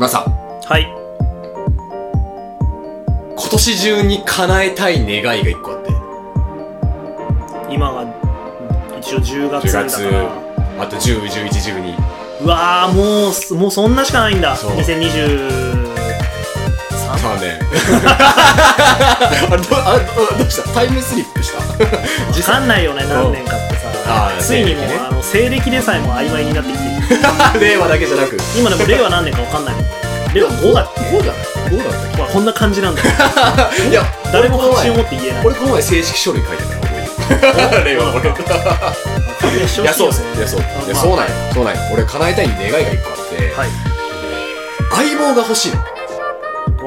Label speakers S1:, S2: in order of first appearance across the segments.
S1: はい
S2: 今年中に叶えたい願いが一個あって
S1: 今が一応10月だか
S2: 10
S1: ら
S2: あと10、11、12
S1: うわーもうすもうそんなしかないんだ
S2: そう
S1: 2023
S2: 3年 あれどあどどうしたタイムスリップした
S1: わかんないよね何年かって
S2: あ
S1: さ
S2: ー
S1: ついにもう
S2: 西暦ね
S1: あの西暦でさえも曖昧になってきてる
S2: 令和だけじゃなく
S1: 今でも令和何年かわかんないもん令和5だっ
S2: 5だ5だったっ
S1: けほらこんな感じなん だよ
S2: け いや
S1: 誰も確信を持
S2: 俺
S1: って言えない
S2: この前正式書類書いたから覚えてる令和俺
S1: いや正
S2: い
S1: 直
S2: やそうですいやそう
S1: あ
S2: いや
S1: まあ
S2: そうなんよそうなんよ俺叶えたい願いが一個あって、
S1: はい
S2: 相棒が欲しいの
S1: お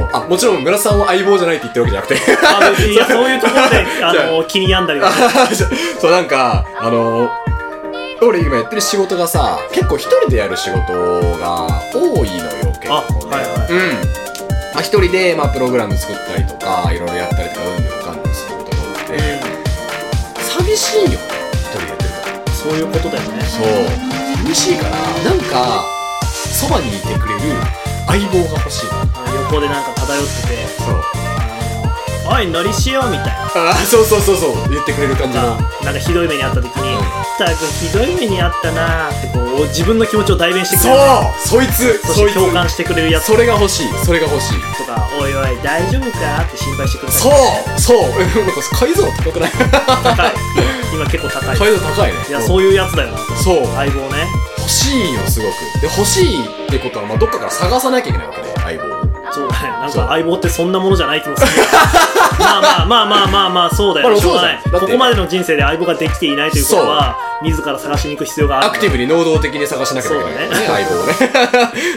S2: あのあもちろん村田さんは相棒じゃないって言ってるわけじゃなくて
S1: あ別に いやそういうところであの気に病んだりは
S2: そうなんかあの俺今やってる仕事がさ結構一人でやる仕事が多いのよ結
S1: あ
S2: 構ね
S1: はいはい
S2: うんまあ、一人で、まあ、プログラム作ったりとかいろいろやったりとかうんぬんかんぬんすることが多くて寂しいよ一人でやってると
S1: そういうことだよね
S2: そう寂しいからなんかそばにいてくれる相棒が欲しいの
S1: あの横でなんか漂ってて
S2: そう
S1: 「あいなりしよう」みたいな
S2: あーそうそうそうそう言ってくれる感じの
S1: さなんかひどい目に遭った時
S2: う
S1: に
S2: ん
S1: 「ったくひどい目に遭ったな」ってこう自分の気持ちを代弁してく
S2: そ
S1: れ
S2: う
S1: る
S2: そいつ
S1: そ
S2: そ
S1: し
S2: い
S1: て共感してくれるや
S2: つ
S1: つ
S2: それが欲しいそれが欲しい
S1: とか「おいおい大丈夫か?」って心配してくれたり
S2: そうそう えなんか解像度高くない
S1: 高い今結構高
S2: 解
S1: い
S2: 像度高いね
S1: いやそういうやつだよな
S2: そう
S1: 相棒ね
S2: 欲しいよすごくで欲しいってことは、まあ、どっかから探さなきゃいけないわけで相棒を
S1: そうだねなん
S2: そう
S1: か相棒ってそんなものじゃない気もするまあまあまあまあまあまあそうだよ
S2: ま
S1: ね
S2: あ
S1: しょうがない
S2: そうだよだって
S1: ここまでの人生で相棒ができていないということは自ら探しに行く必要がある
S2: アクティブに能動的に探しなきゃいけないからね
S1: そうだね
S2: 相棒をね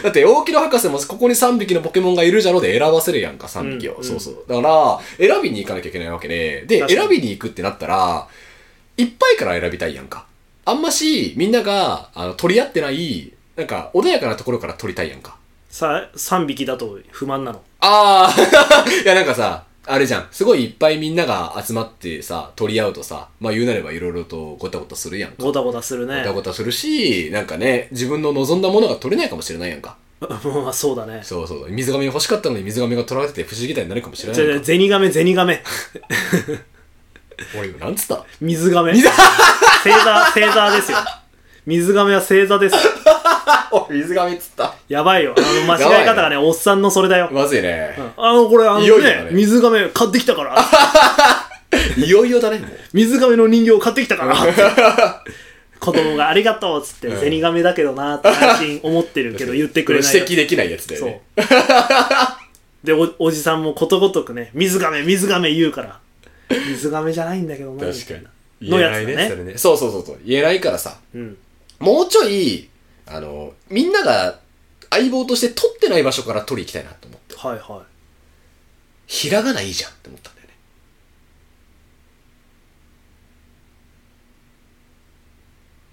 S2: だって大木戸博士もここに3匹のポケモンがいるじゃろで選ばせるやんか3匹を、
S1: うんうん
S2: そうそうだから選びに行かなきゃいけないわけでで
S1: 確かに
S2: 選びに行くってなったらいっぱいから選びたいやんかあんましみんながあの取り合ってないなんか穏やかなところから取りたいやんか
S1: さ3匹だと不満なの
S2: ああ いやなんかさ、あれじゃん。すごいいっぱいみんなが集まってさ、取り合うとさ、まあ言うなればいろいろとごたごたするやんか。
S1: ゴタゴタするね
S2: ごたごたするし、なんかね、自分の望んだものが取れないかもしれないやんか。
S1: まあそうだね
S2: そうそう。水亀欲しかったのに水亀が取られてて不思議だになるかもしれない
S1: じゃ
S2: や
S1: あ
S2: んか。
S1: ゼニガメゼニガメ
S2: 俺今なんつった
S1: 水ガメ正座正座ですよ水ガメは正座ですよ
S2: お水亀つった。
S1: やばいよあの間違え方がねおっさんのそれだよ、
S2: まずいね
S1: う。んあのこれあのね
S2: いよいよだね
S1: 水ガメ買ってきたから
S2: いよいよだね、もう。
S1: 水亀の人形を買ってきたからって子供が「ありがとう」っつって「ゼニガメだけどな」って内心思ってるけど言ってくれないよ
S2: 指摘できないやつだよ
S1: そ
S2: ね
S1: う。でおおじさんもことごとくね「水亀水亀」言うから「水亀じゃないんだけどな」
S2: 確かに。
S1: みたいなのやつだね
S2: それね。そうそうそうそう。言えないからさ。
S1: うん、
S2: もうちょい、あの、みんなが相棒として取ってない場所から取り行きたいなと思って。
S1: はいは
S2: ひらがないいじゃんって思ったんだよね。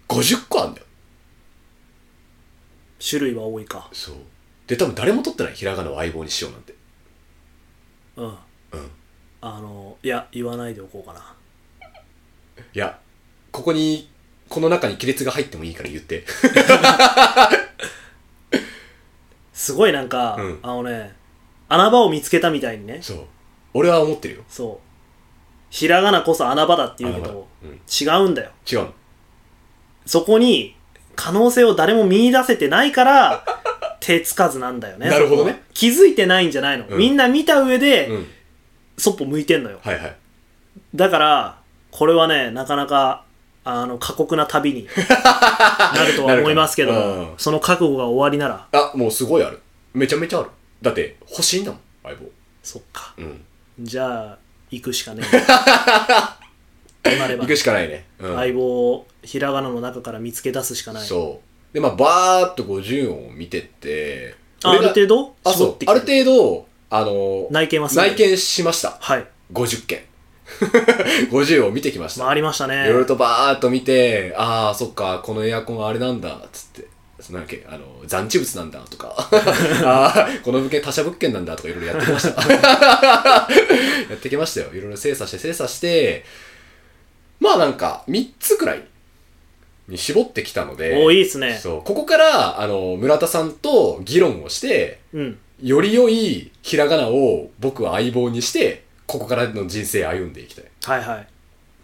S2: 50個あんだよ。
S1: い種類は多いか
S2: そう。で、多分誰も取ってないひらがなを相棒にしようなんて。
S1: うん、あのいや言わないでおこうかない
S2: や、ここに、この中に亀裂が入ってもいいから言って。
S1: すごいなんか、
S2: うん
S1: あのね穴場を見つけたみたいにね
S2: そう。俺は思ってるよ。
S1: そうひらがなこそ穴場だって言うけど、
S2: うん
S1: 違うんだよ
S2: 違うの。
S1: そこに可能性を誰も見出せてな いから、手つかずなんだよね。
S2: なるほどね
S1: 気づいてないんじゃないの。
S2: うん
S1: みんな見た上で、
S2: うん。
S1: そっぽ向いてんのよ。
S2: はいはい。
S1: だから、これはね、なかなか、あの、過酷な旅になるとは思いますけ ど
S2: なるかなうん
S1: も、その覚悟が終わりなら、
S2: あ、もうすごいある。めちゃめちゃある。だって、欲しいんだもん、相棒。
S1: そっか。
S2: うん。
S1: じゃあ、行くしかね え。となれば
S2: 行、くしかないね。うん。
S1: 相棒をひらがなの中から見つけ出すしかない。
S2: そう。で、まあ、バーっとこう順音を見てって、
S1: ああ
S2: 俺
S1: る
S2: が
S1: 程度
S2: あ、
S1: 絞
S2: そ
S1: って
S2: う。
S1: き
S2: あ
S1: て
S2: る程度、あの、
S1: 内見はする
S2: 内見しました。
S1: はい。
S2: 50件。50を見てきました。
S1: 回りましたね。
S2: いろいろとバーっと見て、ああ、そっか、このエアコンはあれなんだ、つって。そのなんだっけあの、残地物なんだと か、あーこの物件他社物件なんだとかいろいろやってきました。 やってきましたよ。いろいろ精査して精査して、まあなんか、3つくらいに絞ってきたので、
S1: おいいですね
S2: そうここからあの村田さんと議論をして
S1: うん
S2: より良いひらがなを僕は相棒にしてここからの人生歩んでいきたいっ
S1: はいは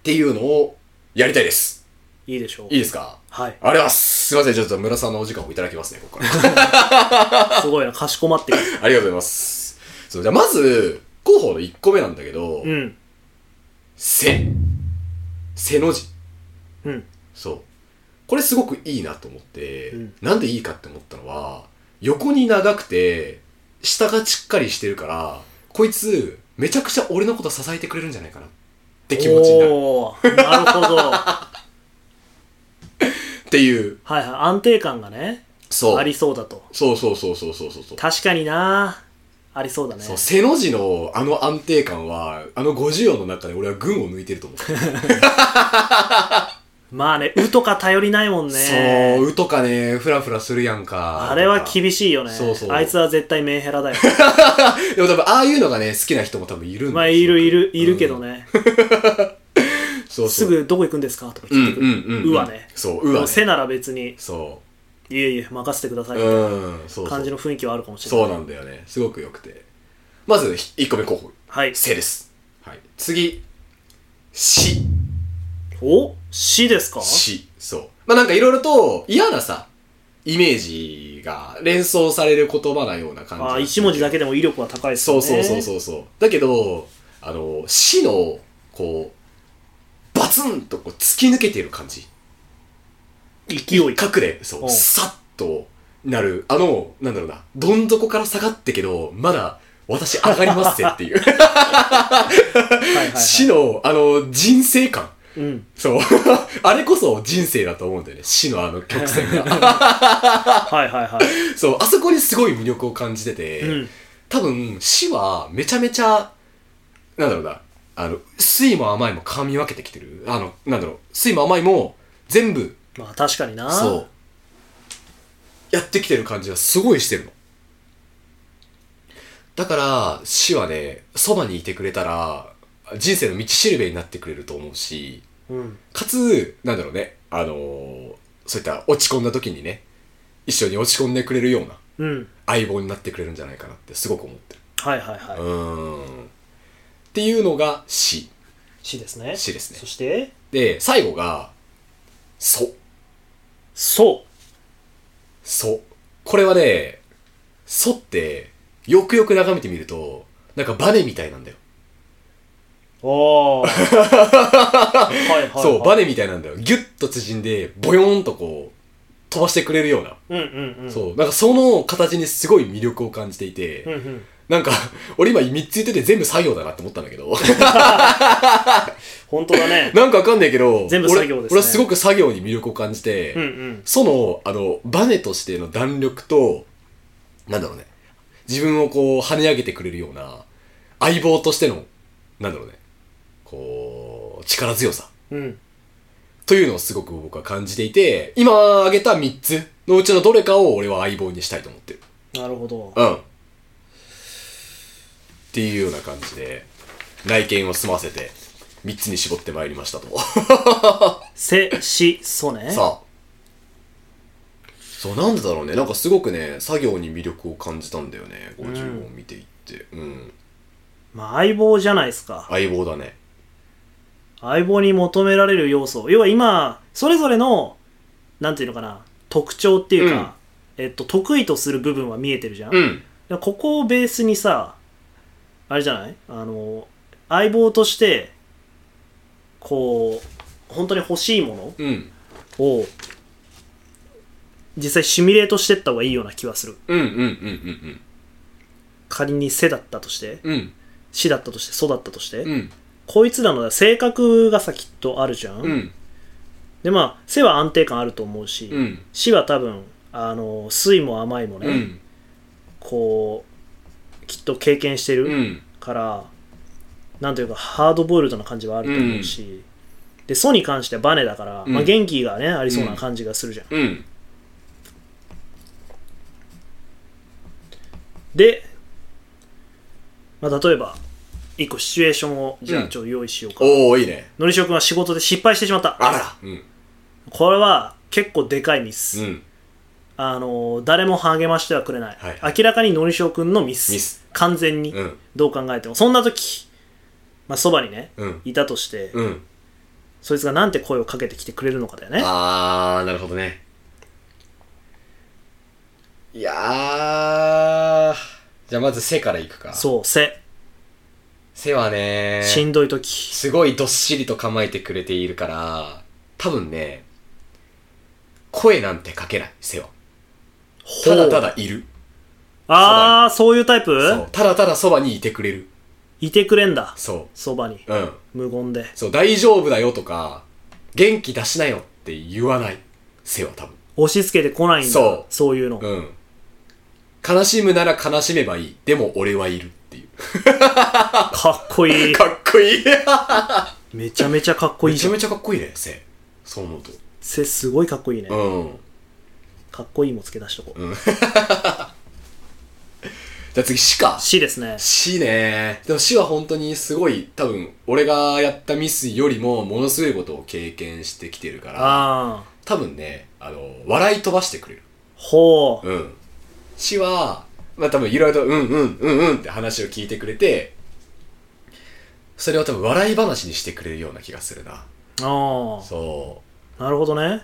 S2: ていうのをやりたいです
S1: いいいでしょう
S2: いいですか
S1: は
S2: あり
S1: い
S2: がとうございますすいませんちょっと村さんのお時間をいただきますねこ こから
S1: すごいなかしこまって る
S2: ありがとうございますそうじゃあまず候補の1個目なんだけど、
S1: うん
S2: 背背の字
S1: うん
S2: そうこれすごくいいなと思って、
S1: うん
S2: なんでいいかって思ったのは横に長くて下がしっかりしてるからこいつめちゃくちゃ俺のこと支えてくれるんじゃないかなって気持ちになる
S1: おーなるほどは
S2: っていう
S1: いはい安定感がね
S2: そう
S1: ありそうだと
S2: そうそうそうそうそうそうそう
S1: 確かになありそうだね
S2: そう背の字のあの安定感はあの50音の中で俺は群を抜いてると思う、
S1: まあね「う」とか頼りないもんね
S2: そう「う」とかねフラフラするやんか
S1: あれは厳しいよね
S2: そうそう
S1: あいつは絶対メンヘ ラだよ
S2: でも多分ああいうのがね好きな人も多分いるんだ
S1: まあいるいるいるけどね、
S2: そうそう
S1: すぐ「どこ行くんですか?」とか
S2: うん
S1: 言ってく
S2: う
S1: る、
S2: んうんん
S1: うわね
S2: そううわね
S1: 背なら別に
S2: そ
S1: いえいえ任せてくださ
S2: う
S1: い、
S2: うんそうそう
S1: 感じの雰囲気はあるかもしれ
S2: そ
S1: ないう
S2: なんだよねすごく良くてまず1個目候補
S1: は
S2: 「
S1: い
S2: せ」です、はい、次「し」
S1: お死ですか
S2: し、そう。まあなんかいろいろと嫌なさ、イメージが連想される言葉なような感じ。
S1: あ一文字だけでも威力は高いです
S2: そ
S1: よ
S2: う
S1: ね
S2: そうそうそうそう。だけど、あの、死の、こう、バツンとこう突き抜けてる感じ。
S1: 勢い
S2: 隠れ、そうう、
S1: ん
S2: さっとなる。あの、なんだろうな、どん底から下がってけど、まだ、私上がりますぜっていう。
S1: はいはいはい
S2: 死の、あの、人生感。
S1: うん
S2: そう。 あれこそ人生だと思うんだよね。死のあの曲線が。
S1: はいはい はい
S2: そう、あそこにすごい魅力を感じてて、
S1: うん
S2: 多分、死はめちゃめちゃ、なんだろうな、あの、酸いも甘いも噛み分けてきてる。あの、なんだろう、酸いも甘いも全部、
S1: まあ確かにな
S2: そう、やってきてる感じがすごいしてるの。だから、死はね、そばにいてくれたら、人生の道しるべになってくれると思うし、
S1: う、ん、
S2: かつ、なんだろうね、あのーそういった落ち込んだ時にね、一緒に落ち込んでくれるような、
S1: うん、
S2: 相棒になってくれるんじゃないかなってすごく思ってる。
S1: はいはいはいう
S2: ーん。っていうのが死。
S1: 死ですね
S2: 死ですね
S1: そして
S2: で、最後が、そ。
S1: そ
S2: そ。これはね、そって、よくよく眺めてみると、なんかバネみたいなんだよ。
S1: うおー はいはい、はい、
S2: そう、バネみたいなんだよ。ギュッと縮んで、ボヨーンとこう、飛ばしてくれるような。
S1: うんうんうん
S2: そう。なんかその形にすごい魅力を感じていて、
S1: うんうん
S2: なんか、 俺今3つ言ってて全部作業だなって思ったんだけど。
S1: 本当だね
S2: なんかわかんないけど、
S1: 全部作業
S2: 俺
S1: ですね
S2: 俺はすごく作業に魅力を感じて、
S1: うんうん
S2: その、あの、バネとしての弾力と、なんだろうね、自分をこう跳ね上げてくれるような、相棒としての、なんだろうね、こう、力強さ、
S1: うん
S2: というのをすごく僕は感じていて、今挙げた3つのうちのどれかを俺は相棒にしたいと思ってる。
S1: なるほど
S2: うん。っていうような感じで、内見を済ませて、3つに絞ってまいりましたと。
S1: せしそね
S2: さあそうなんでだろうねなんかすごくね作業に魅力を感じたんだよね50音を見ていってうん、
S1: まあ相棒じゃないですか
S2: 相棒だね
S1: 相棒に求められる要素要は今それぞれのなんていうのかな特徴っていうか、えっと、得意とする部分は見えてるじゃん、
S2: うん
S1: でここをベースにさあれじゃないあの相棒としてこう本当に欲しいも
S2: うん
S1: のを実際シミュレートしてった方がいいような気はする
S2: うんうんうんうん
S1: 仮に「せ」だったとして
S2: うんうん
S1: 「し」だったとして「そ」だったとして、
S2: うん
S1: こいつらの性格がさきっとあるじゃん、
S2: うん
S1: でまあ「せ」は安定感あると思うし、
S2: うん
S1: 死は多分あの酸いも甘いもね、
S2: うん
S1: こうきっと経験して
S2: う
S1: る
S2: ん
S1: から、なんというかハードボイルドな感じはあると思うし、でソに関してはバネだから、
S2: うん
S1: まあ、元気がねありそうな感じがするじゃん、
S2: うん
S1: で、まあ、例えば一個シチュエーションをじゃ
S2: う
S1: あ
S2: ん
S1: ちょっと用意しようか、
S2: おおいいね
S1: のりしおくんは仕事で失敗してしまった
S2: あらうん
S1: これは結構でかいミス、
S2: うん。
S1: あの誰も励ましてはくれない、
S2: はいは
S1: 明らかにのりしおくんのミス
S2: ミス
S1: 完全に、
S2: うん。
S1: どう考えてもそんな時、まあ、そばにね
S2: うん。
S1: いたとして、
S2: うん。
S1: そいつがなんて声をかけてきてくれるのかだよね
S2: あー、なるほどね。いやー。じゃあまず背からいくか。
S1: そう背
S2: 背はね、
S1: しんどい時
S2: すごいどっしりと構えてくれているから、多分ね、声なんてかけない、背は。ただただいる。
S1: ああそういうタイプ
S2: そう。ただただそばにいてくれる。
S1: いてくれんだ
S2: そ
S1: そばに
S2: う。うん。
S1: 無言で
S2: そう、大丈夫だよとか、元気出しなよって言わない。背は多分。
S1: 押し付けてこないんだ
S2: そう
S1: そういうの、
S2: うん。悲しむなら悲しめばいい。でも俺はいるっていう。
S1: かっこいい
S2: かっこいい。
S1: めちゃめちゃかっこいい
S2: めち
S1: じ
S2: ゃ
S1: ゃん
S2: めちゃかっこいいね、背。そう思うと。
S1: 背すごいかっこいいね、
S2: うん。
S1: かっこいいも付け出しとこう、
S2: じゃあ次、死か。
S1: C ですね
S2: 死ねでも死は本当にすごい、多分、俺がやったミスよりも、ものすごいことを経験してきてるから、
S1: ああ
S2: 多分ね、あの、笑い飛ばしてくれる。
S1: ほう
S2: うん。死は、まあ多分いろいろと、うんうんうんうんって話を聞いてくれて、それを多分笑い話にしてくれるような気がするな。
S1: あ
S2: そ
S1: あなるほどね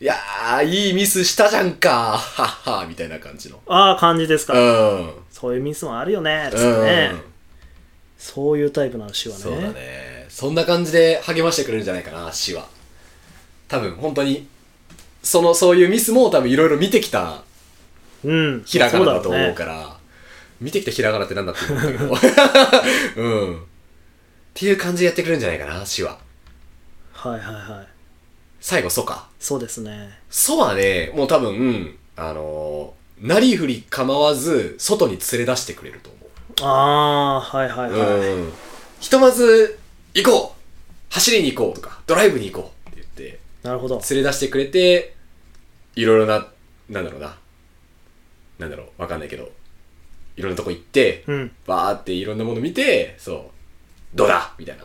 S2: う。いやー、いいミスしたじゃんかはっはみたいな感じの。
S1: ああ感じです
S2: う
S1: か、
S2: ん。
S1: そういうミスもあるよねつってね、
S2: うん。
S1: そういうタイプなの詩はね
S2: そうだね。そんな感じで励ましてくれるんじゃないかな、死は。多分、本当に、その、そういうミスも多分いろいろ見てきた
S1: うん
S2: ひらがなだと
S1: そだ
S2: 思
S1: ろ
S2: う
S1: ね
S2: から、見てきたひらがなってなんだって思うんだけど。うん。っていう感じでやってくれるんじゃないかな、詩は。
S1: はいはいはい
S2: 最後、ソか。
S1: そうですね
S2: ソはね、もう多分、あのーなりふり構わず、外に連れ出してくれると思。
S1: ああはいはいうはい、
S2: うん。ひとまず、行こう走りに行こうとか、ドライブに行こうって言って、
S1: なるほど
S2: 連れ出してくれて、いろいろな、なんだろうな。なんだろう、わかんないけど、いろんなとこ行って、
S1: うん
S2: バーっていろんなもの見て、そう、どうだみたい な。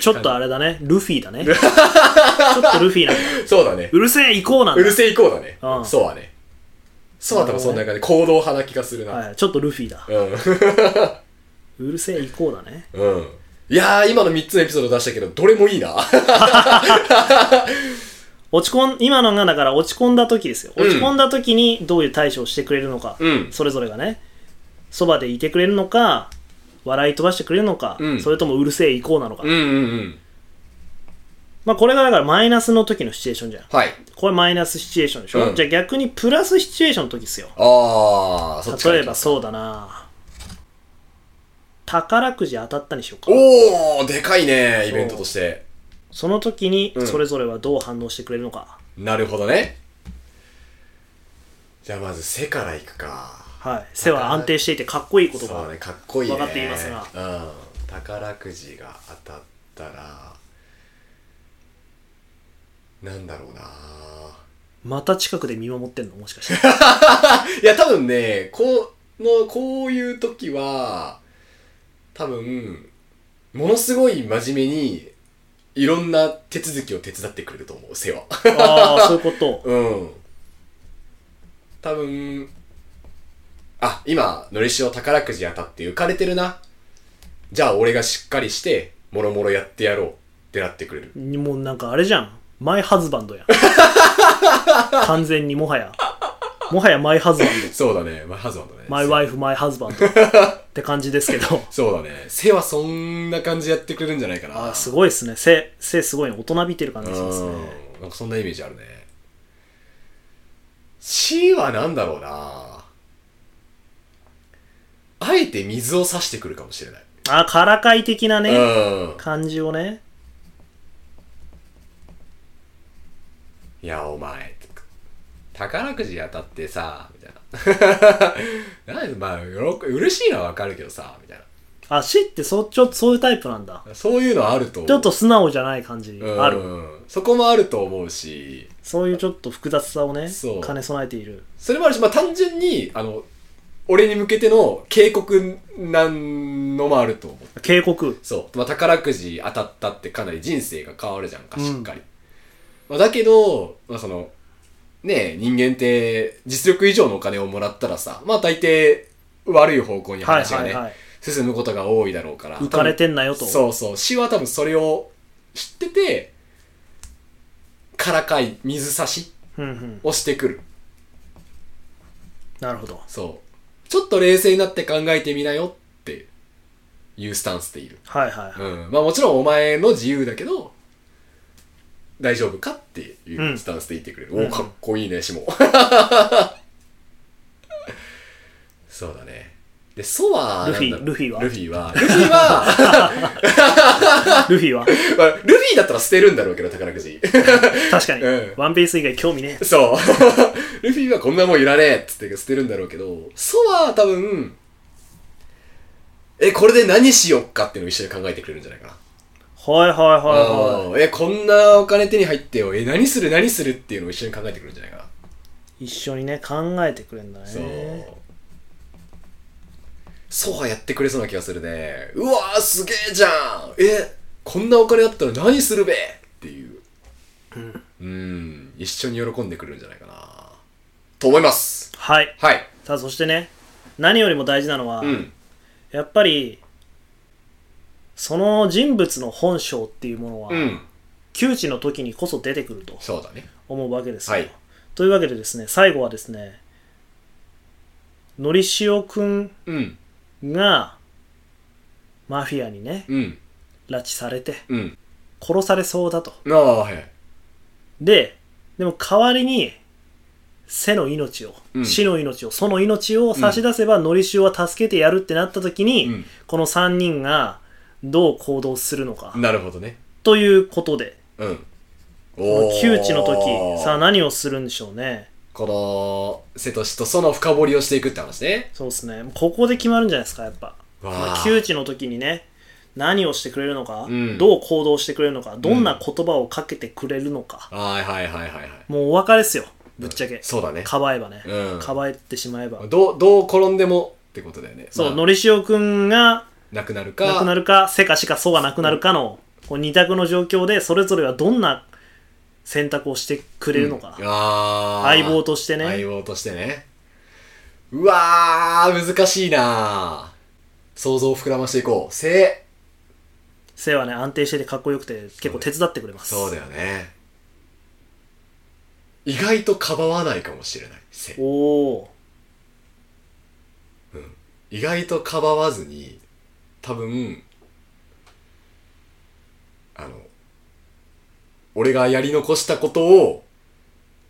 S1: ちょっとあれだねルフィだ ねちょっとルフィなんだ
S2: そうだね。
S1: うるせえ行こうなん
S2: う
S1: だ
S2: るせえ行こうだね。
S1: うん
S2: そうはね。そうは多分そんな感じ、行動派な気がするな。
S1: はい、ちょっとルフィだ
S2: うん。
S1: うるせえ行こうだね
S2: うん。いやー、今の3つのエピソード出したけど、どれもいい な。
S1: 落ち込ん今のがだから落ち込んだ時ですよ
S2: うん
S1: 落ち込んだ時にどういう対処をしてくれるのか、
S2: うん。
S1: それぞれがねそばでいてくれるのか笑い飛ばしてくれるのか、
S2: うん
S1: それともうるせえ行こうなのか、
S2: うんうんうん。
S1: まあこれがだからマイナスの時のシチュエーションじゃん
S2: はい。
S1: これマイナスシチュエーションでしょ、
S2: うん
S1: じゃあ逆にプラスシチュエーションの時ですよ
S2: あー、そっちから
S1: 例え
S2: 行き
S1: ば
S2: ます
S1: そうだな宝くじ当たったにしようか
S2: おー、でかいね、イベントとして。
S1: その時に
S2: うん
S1: それぞれはどう反応してくれるのか、
S2: なるほどね。じゃあまず、背から行くか。
S1: はい背は安定していてかっこいいこと
S2: そう
S1: が
S2: ねかっこいいね
S1: わかっていますが
S2: うん、宝くじが当たったらなんだろうな
S1: また近くで見守ってんのもしかして
S2: いや多分ねこうのこういう時は多分ものすごい真面目にいろんな手続きを手伝ってくれると思う世話
S1: ああそういうこと
S2: うん多分あ今のりしお宝くじ当たって浮かれてるなじゃあ俺がしっかりしてもろもろやってやろうってなってくれる
S1: もうなんかあれじゃんマイハズバンド やん完全にもはやもはやマイハズバンド
S2: そうだねマイハズバンドね
S1: マイワイフマイハズバンドって感じですけど
S2: そうだね背はそんな感じやってくれるんじゃないかな
S1: ああす
S2: い
S1: ごいですね背背すごいね大人びてる感じしますね
S2: うんなんかそんなイメージあるね C はなんだろうなあえて水を差してくるかもしれない、
S1: ああからかい的なね、
S2: うん
S1: 感じをね
S2: いや、お前、宝くじ当たってさ、みたいな。 なんでまあ、喜嬉しいのはわかるけどさ、みたい
S1: あ死ってそちょっとそういうタイプなんだ
S2: な。そういうのあると。
S1: ちょっと素直じゃない感じ
S2: うん、
S1: ある
S2: そこもあると思うし、
S1: そういうちょっと複雑さをね
S2: そう
S1: 兼ね備えている
S2: それもあるし、まあ単純に、あの、俺に向けての警告なんのもあると思う。
S1: 警告
S2: そう。まあ宝くじ当たったってかなり人生が変わるじゃんか、しっかり。まあ、だけど、まあその、ねえ、人間って実力以上のお金をもらったらさ、まあ大抵悪い方向に
S1: はい
S2: 話がね、
S1: はいはい
S2: 進むことが多いだろうから。
S1: 浮かれてんなよと
S2: そうそう。死は多分それを知ってて、からかい、水差し
S1: うんうん
S2: をしてくる。
S1: なるほど
S2: そう。ちょっと冷静になって考えてみなよっていうスタンスでいる。
S1: はいはいはい
S2: うん。まあもちろんお前の自由だけど、大丈夫かっていうスタンスで言ってくれる。
S1: うん
S2: おお、かっこいいね、しも。 そうだね。で、ソは、
S1: ルフィ
S2: なんだ
S1: ルフィは
S2: ルフィは、 ルフィは、
S1: ルフィは
S2: まあルフィだったら捨てるんだろうけど、宝くじ。
S1: 確かに、
S2: うん
S1: ワンピース以外興味ねえ
S2: そう。 ルフィはこんなもんいらねえっつって捨てるんだろうけど、ソは多分、え、これで何しよっかっていうのを一緒に考えてくれるんじゃないかな。
S1: はいはいはいは
S2: うんえ、こんなお金手に入ってよ。え、何する何するっていうのを一緒に考えてくるんじゃないかな。
S1: い一緒にね考えてくれんだね
S2: そう。ソはやってくれそうな気がするね。うわーすげえじゃんえ、こんなお金だったら何するべっていう。うん。一緒に喜んでくれるんじゃないかな。と思います。
S1: はい
S2: はい。
S1: さあそしてね何よりも大事なのは、
S2: うん。
S1: やっぱりその人物の本性っていうものは、
S2: うん。
S1: 窮地の時にこそ出てくると
S2: そうだね。
S1: 思うわけですよ、
S2: はい
S1: というわけでですね最後はですねのりしおくん
S2: うん。
S1: がマフィアにね
S2: うん。
S1: 拉致されて
S2: うん。
S1: 殺されそうだと
S2: ああ、はい。
S1: ででも代わりに背の命を、
S2: うん
S1: 死の命をその命を差し出せば、のりしおは助けてやるってなった時に、
S2: うん
S1: この3人がどう行動するのか、
S2: なるほどね。
S1: ということで
S2: うん。
S1: こ
S2: お
S1: の
S2: ー
S1: 窮地の時さあ何をするんでしょうね
S2: この、瀬戸氏とその深掘りをしていくって話ね。
S1: そうですねここで決まるんじゃないですかやっぱまあ窮地の時にね何をしてくれるのか、
S2: うん
S1: どう行動してくれるのかどんな言葉をかけてくれるのか、
S2: はいはいはいはいはい。
S1: もうお別れですよぶっちゃけ、
S2: そうだね。
S1: かばえばね、
S2: うん
S1: かばえてしまえば、
S2: どう、どう転んでもってことだよね。
S1: そう、
S2: まあ
S1: のりしおくんが
S2: なくなるか。
S1: 亡くなるかせかしかそうがなくなるかの、こう二択の状況でそれぞれはどんな選択をしてくれるのか、
S2: ああ。
S1: 相棒としてね、
S2: 相棒としてね。うわー、難しいなー想像を膨らましていこう。せ
S1: 背はね安定しててかっこよくて結構手伝ってくれます
S2: そうだよね。意外とかばわないかもしれない。せ
S1: おお
S2: 意外とかばわずに、多分、あの、俺がやり残したことを、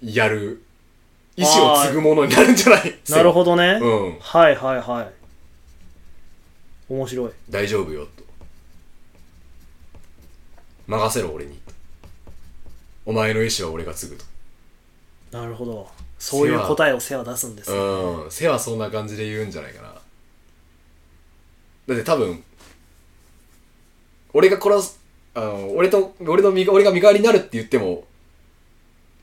S2: やる、意志を継ぐものになるんじゃない
S1: なるほどね、
S2: ど。 うん。
S1: はいはいはい面白い
S2: 大丈夫よ、と。任せろ、俺に。お前の意志は俺が継ぐと。
S1: なるほどそういう答えを背は出すんですね、
S2: うん、背はそんな感じで言うんじゃないかな。だって多分、俺が殺す、あの、俺と、俺の身、俺が身代わりになるって言っても、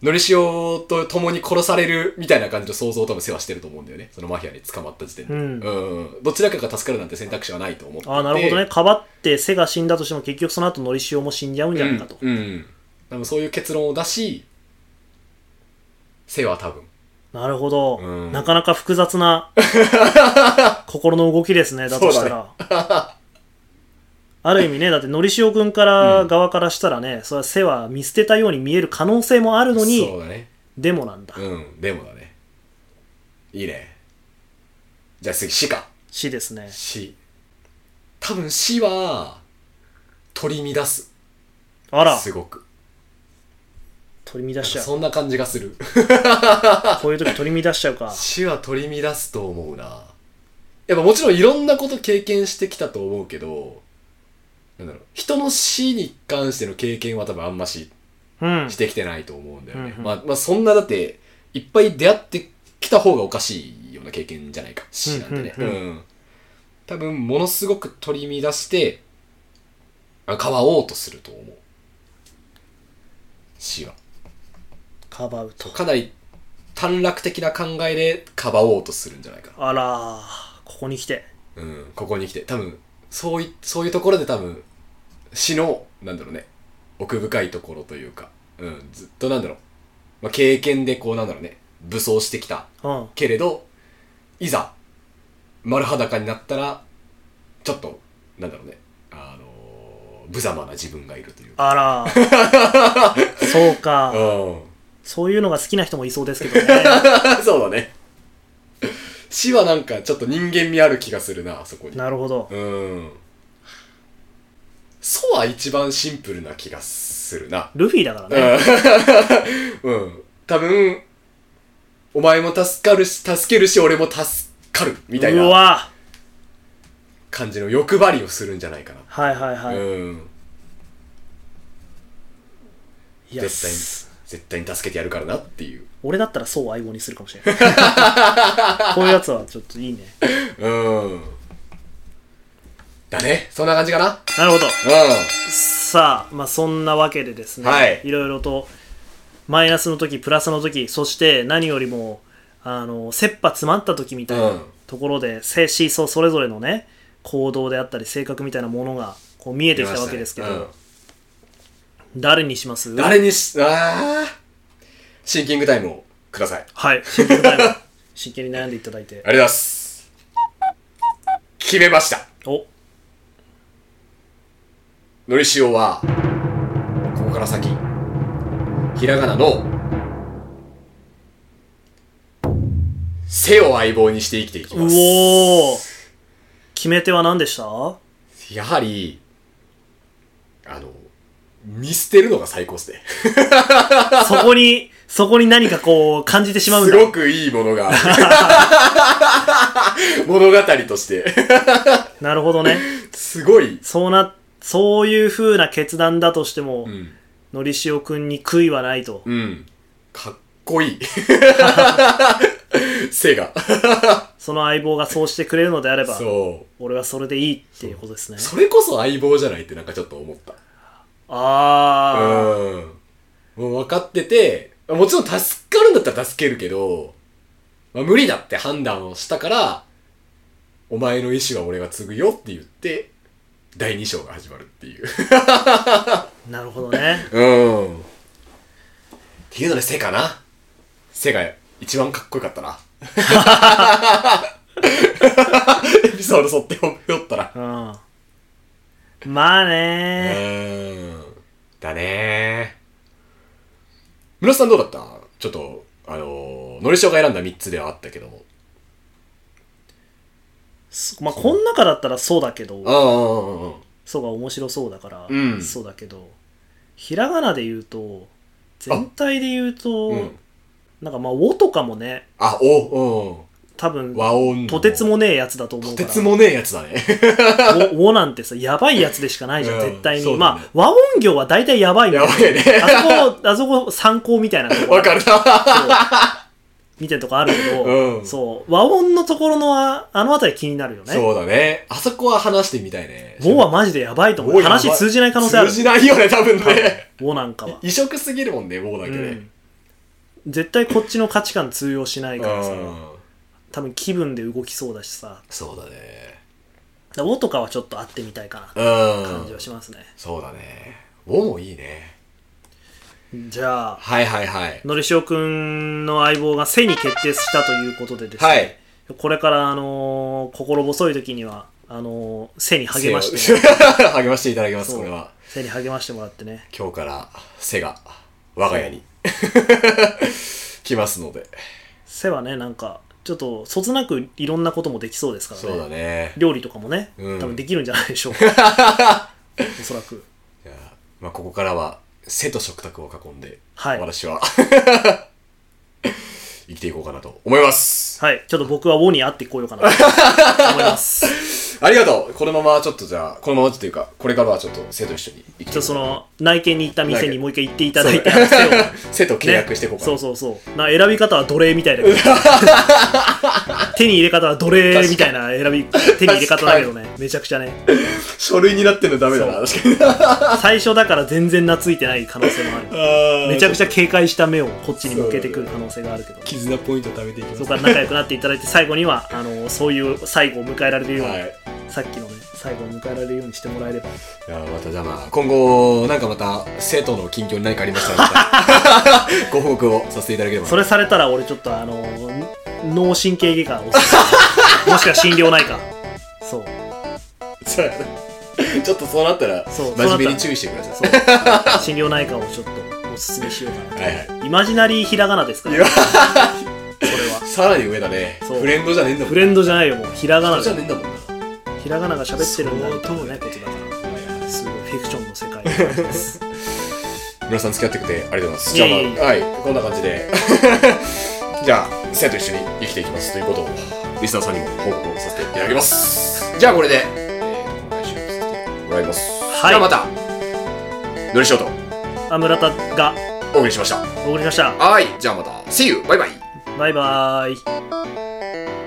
S2: のりしおと共に殺されるみたいな感じの想像を多分世話してると思うんだよね。そのマフィアに捕まった時点で。
S1: うん
S2: うんうんどちらかが助かるなんて選択肢はないと思ってて。
S1: ああなるほどねかばって背が死んだとしても結局その後のりしおも死んじゃうんじゃないかと、
S2: うん。うん。多分そういう結論を出し、世は多分。
S1: なるほど、
S2: うん
S1: なかなか複雑 な心の動きですねだとしたら、 ある意味ねだってのりしおくんから、
S2: うん
S1: 側からしたらねそれは背は見捨てたように見える可能性もあるの
S2: そ
S1: に
S2: うだね。
S1: でもなんだ
S2: うん、でもだね。いいね。じゃあ次、死か。
S1: 死ですね
S2: 死。多分死は、取り乱す。
S1: あら
S2: すごく。
S1: 取り乱しちゃう
S2: そんな感じがする。
S1: こういう時取り乱しちゃうか
S2: 死は取り乱すと思うな。やっぱもちろんいろんなこと経験してきたと思うけど、なんだろう、人の死に関しての経験は多分あんまし
S1: うん
S2: してきてないと思うんだよね。
S1: うん
S2: まあ、まあそんなだって、いっぱい出会ってきた方がおかしいような経験じゃないか。死なんてね。
S1: う
S2: うんん
S1: うん
S2: 多分、ものすごく取り乱して、あ変わおうとすると思う。死は。
S1: かばうと
S2: かなり短絡的な考えでかばおうとするんじゃないか
S1: あらここに来て
S2: な。うん。ここに来て。多分、そうい、そういうところで多分、死の、なんだろうね、奥深いところというか、うん、ずっとなんだろう、まあ、経験でこうなんだろうね、武装してきた
S1: うん
S2: けれど、いざ、丸裸になったら、ちょっと、なんだろうね、あのー無様な自分がいるというか。
S1: あらそうか、
S2: うん。
S1: そういうのが好きな人もいそうですけどね
S2: そうだね。死はなんかちょっと人間味ある気がするな、あそこに。
S1: なるほど
S2: うん。ソは一番シンプルな気がするな。
S1: ルフィだからね、
S2: うん。うん多分、お前も助かるし、助けるし、俺も助かる、みたいうな
S1: わ
S2: 感じの欲張りをするんじゃないかな。
S1: はいはいはい、
S2: うん。
S1: いや
S2: 絶対に、絶対に助けてやるからなっていう。
S1: 俺だったらそう相棒にするかもし れないこういうやつはちょっといいね
S2: うん。だね。そんな感じかな。
S1: なるほど
S2: う
S1: さあまあそんなわけでですね、
S2: はい
S1: ろいろとマイナスの時プラスの時そして何よりもあの切羽詰まった時みたいな
S2: うん
S1: ところで、せシーソーそれぞれのね行動であったり性格みたいなものがこう見え
S2: ん。
S1: てきたわけですけど、
S2: 出ましたねうん
S1: 誰にします
S2: 誰にし、あーシンキングタイムをください。ありがと
S1: はい真剣に悩む真剣に悩んでいただいて
S2: うございます。決めました。
S1: お
S2: のりしおは、ここから先、ひらがなの、背を相棒にして生きていき
S1: う
S2: ます。
S1: おー決め手は何でした
S2: やはり、あの、見捨てるのが最高ですね。
S1: そこに、そこに何かこう感じてしまうん
S2: す
S1: だ。
S2: ごくいいものが、 物語として、
S1: なるほどね。
S2: すごい、
S1: そうな、そういう風な決断だとしても、
S2: うん、
S1: のりしおくんに悔いはないと。
S2: うん。かっこ いい。背が。
S1: その相棒がそうしてくれるのであれば、
S2: そ
S1: 俺はそれでいいっていうことですね
S2: う。。それこそ相棒じゃないってなんかちょっと思った。
S1: あー、
S2: うん。もう分かってて、もちろん助かるんだったら助けるけど、まあ、無理だって判断をしたから、お前の意思は俺が継ぐよって言って、第2章が始まるっていう。
S1: なるほどね。
S2: うん。っていうので背かな。背が一番かっこよかったな。エピソード沿っておったら。
S1: うん。まあ
S2: う
S1: ね
S2: ーん。だねー。村瀬さんどうだったちょっと、あのー、のりしおが選んだ3つではあったけども。
S1: まあこん中だったらそうだけど、
S2: ああ、
S1: そうが面白そうだから、
S2: うん
S1: そうだけど、ひらがなで言うと、全体で言うと、
S2: うん。
S1: なんかまあ、おとかもね、
S2: あ、お、う
S1: 多
S2: ん。
S1: 分、
S2: 和音の。
S1: とてつもねえやつだと思
S2: と
S1: うか
S2: て
S1: ら。
S2: つもねえやつだね。
S1: おおなんてさ、やばいやつでしかないじゃん、
S2: うん
S1: 絶対に。
S2: そうだね
S1: まあ、和音業は大体 やばいんだ
S2: や
S1: よ
S2: ばいね。
S1: あそこ、あそこ参考みたいなとこ
S2: わかるな。
S1: 見てるとこあるけど、
S2: うん
S1: そう、和音のところのああのあたり気になるよね。
S2: そうだね。あそこは話してみたいね。
S1: ウォはマジでやばいと思
S2: ウォ
S1: う。
S2: やばい
S1: 話通じない可能性ある
S2: 通。じないよね、多分ね。
S1: ウォなんかは。
S2: 異色すぎるもんね、もうだけ
S1: う
S2: で。
S1: ん絶対こっちの価値観通用しな
S2: う
S1: いからさ、
S2: ん。
S1: 多分気分で動きそうだしさ、
S2: そうだね。
S1: だウォとかはちょっと会ってみたいかなって感
S2: う
S1: じは
S2: ん。
S1: しますね。
S2: そうだね。おもいいね。
S1: じゃあ、
S2: はいはいはい。
S1: のりしおくんの相棒が背に決定したということでですね、
S2: はい。
S1: これから、あのー心細い時には、あのー背に励まして、
S2: 背を 励ましていただきます、
S1: そう
S2: これは。
S1: 背に励ましてもらってね。
S2: 今日から、背が、我が家 に、来ますので。
S1: 背はね、なんか、ちょっと、そつなくいろんなこともできそうですからね。
S2: そうだね。
S1: 料理とかもね、
S2: うん
S1: 多分できるんじゃないでしょうか。 おそらく。
S2: いやまあ、ここからは、背と食卓を囲んで、
S1: はい
S2: 私は、 生きていこうかなと思います。
S1: はい。ちょっと僕はウォに会ってこようかなと思 います。
S2: ありがとうこのままちょっとじゃあ、このままちょっというか、これからはちょっと生徒一緒に生きてい
S1: ちょっとその、内見に行った店にもう一回行っていただいて、
S2: そう
S1: 背をね
S2: 生徒契約していこうかな。
S1: そうそうそう。な選び方は奴隷みた いだけど。手に入れ方は奴隷みたいな選び、手に入れ方だけどね。めちゃくちゃね。
S2: 書類になってるのダメだな、確かに。
S1: 最初だから全然懐いてない可能性もある。 めちゃくち
S2: ゃ
S1: ゃ警戒した目をこっちに向けてくる可能性があるけど。
S2: 絆ポイント貯めていきます。
S1: そこから仲良くなっていただいて、最後には、あの、そういう最後を迎えられるよう
S2: は
S1: に
S2: い。
S1: さっきのね最後を迎えられるようにしてもらえれば
S2: いやまたじゃあまあ今後なんかまた生徒の近況に何かありましたらまた ご報告をさせていただければ
S1: それされたら俺ちょっとあの脳神経外科 をもしくは心療内科そう
S2: そうやな ちょっとそうなったら
S1: そう
S2: 真面目に注意してください
S1: そう心療内科をちょっとおすすめしようかな
S2: はいはい
S1: イマジナリーひらがなですから
S2: いや
S1: それは
S2: さらに上だね
S1: そう
S2: フレンドじゃねえんだもん
S1: フレンドじゃないよもうひらがな
S2: じゃ
S1: だよ
S2: ねえんだもんな
S1: ひらがなが喋ってるんだみたいなねことだか
S2: はいはい
S1: らすごいフィクションの世界の感じです
S2: 皆さん付き合ってくれてありがとうございます。
S1: い
S2: じゃあ、
S1: え
S2: ま
S1: いえ
S2: あ、はい、こんな感じで。 じゃあ、生徒一緒に生きていきますということを、リスナーさんにも報告をさせていただきます。じゃあ、これで、えー、今回終了させてもらいます。
S1: はい
S2: じゃあ、また、のりしおと
S1: あ村田が
S2: お送りしました。
S1: お送りしました
S2: はい、じゃあまた、See you! バイバイ
S1: バイバーイ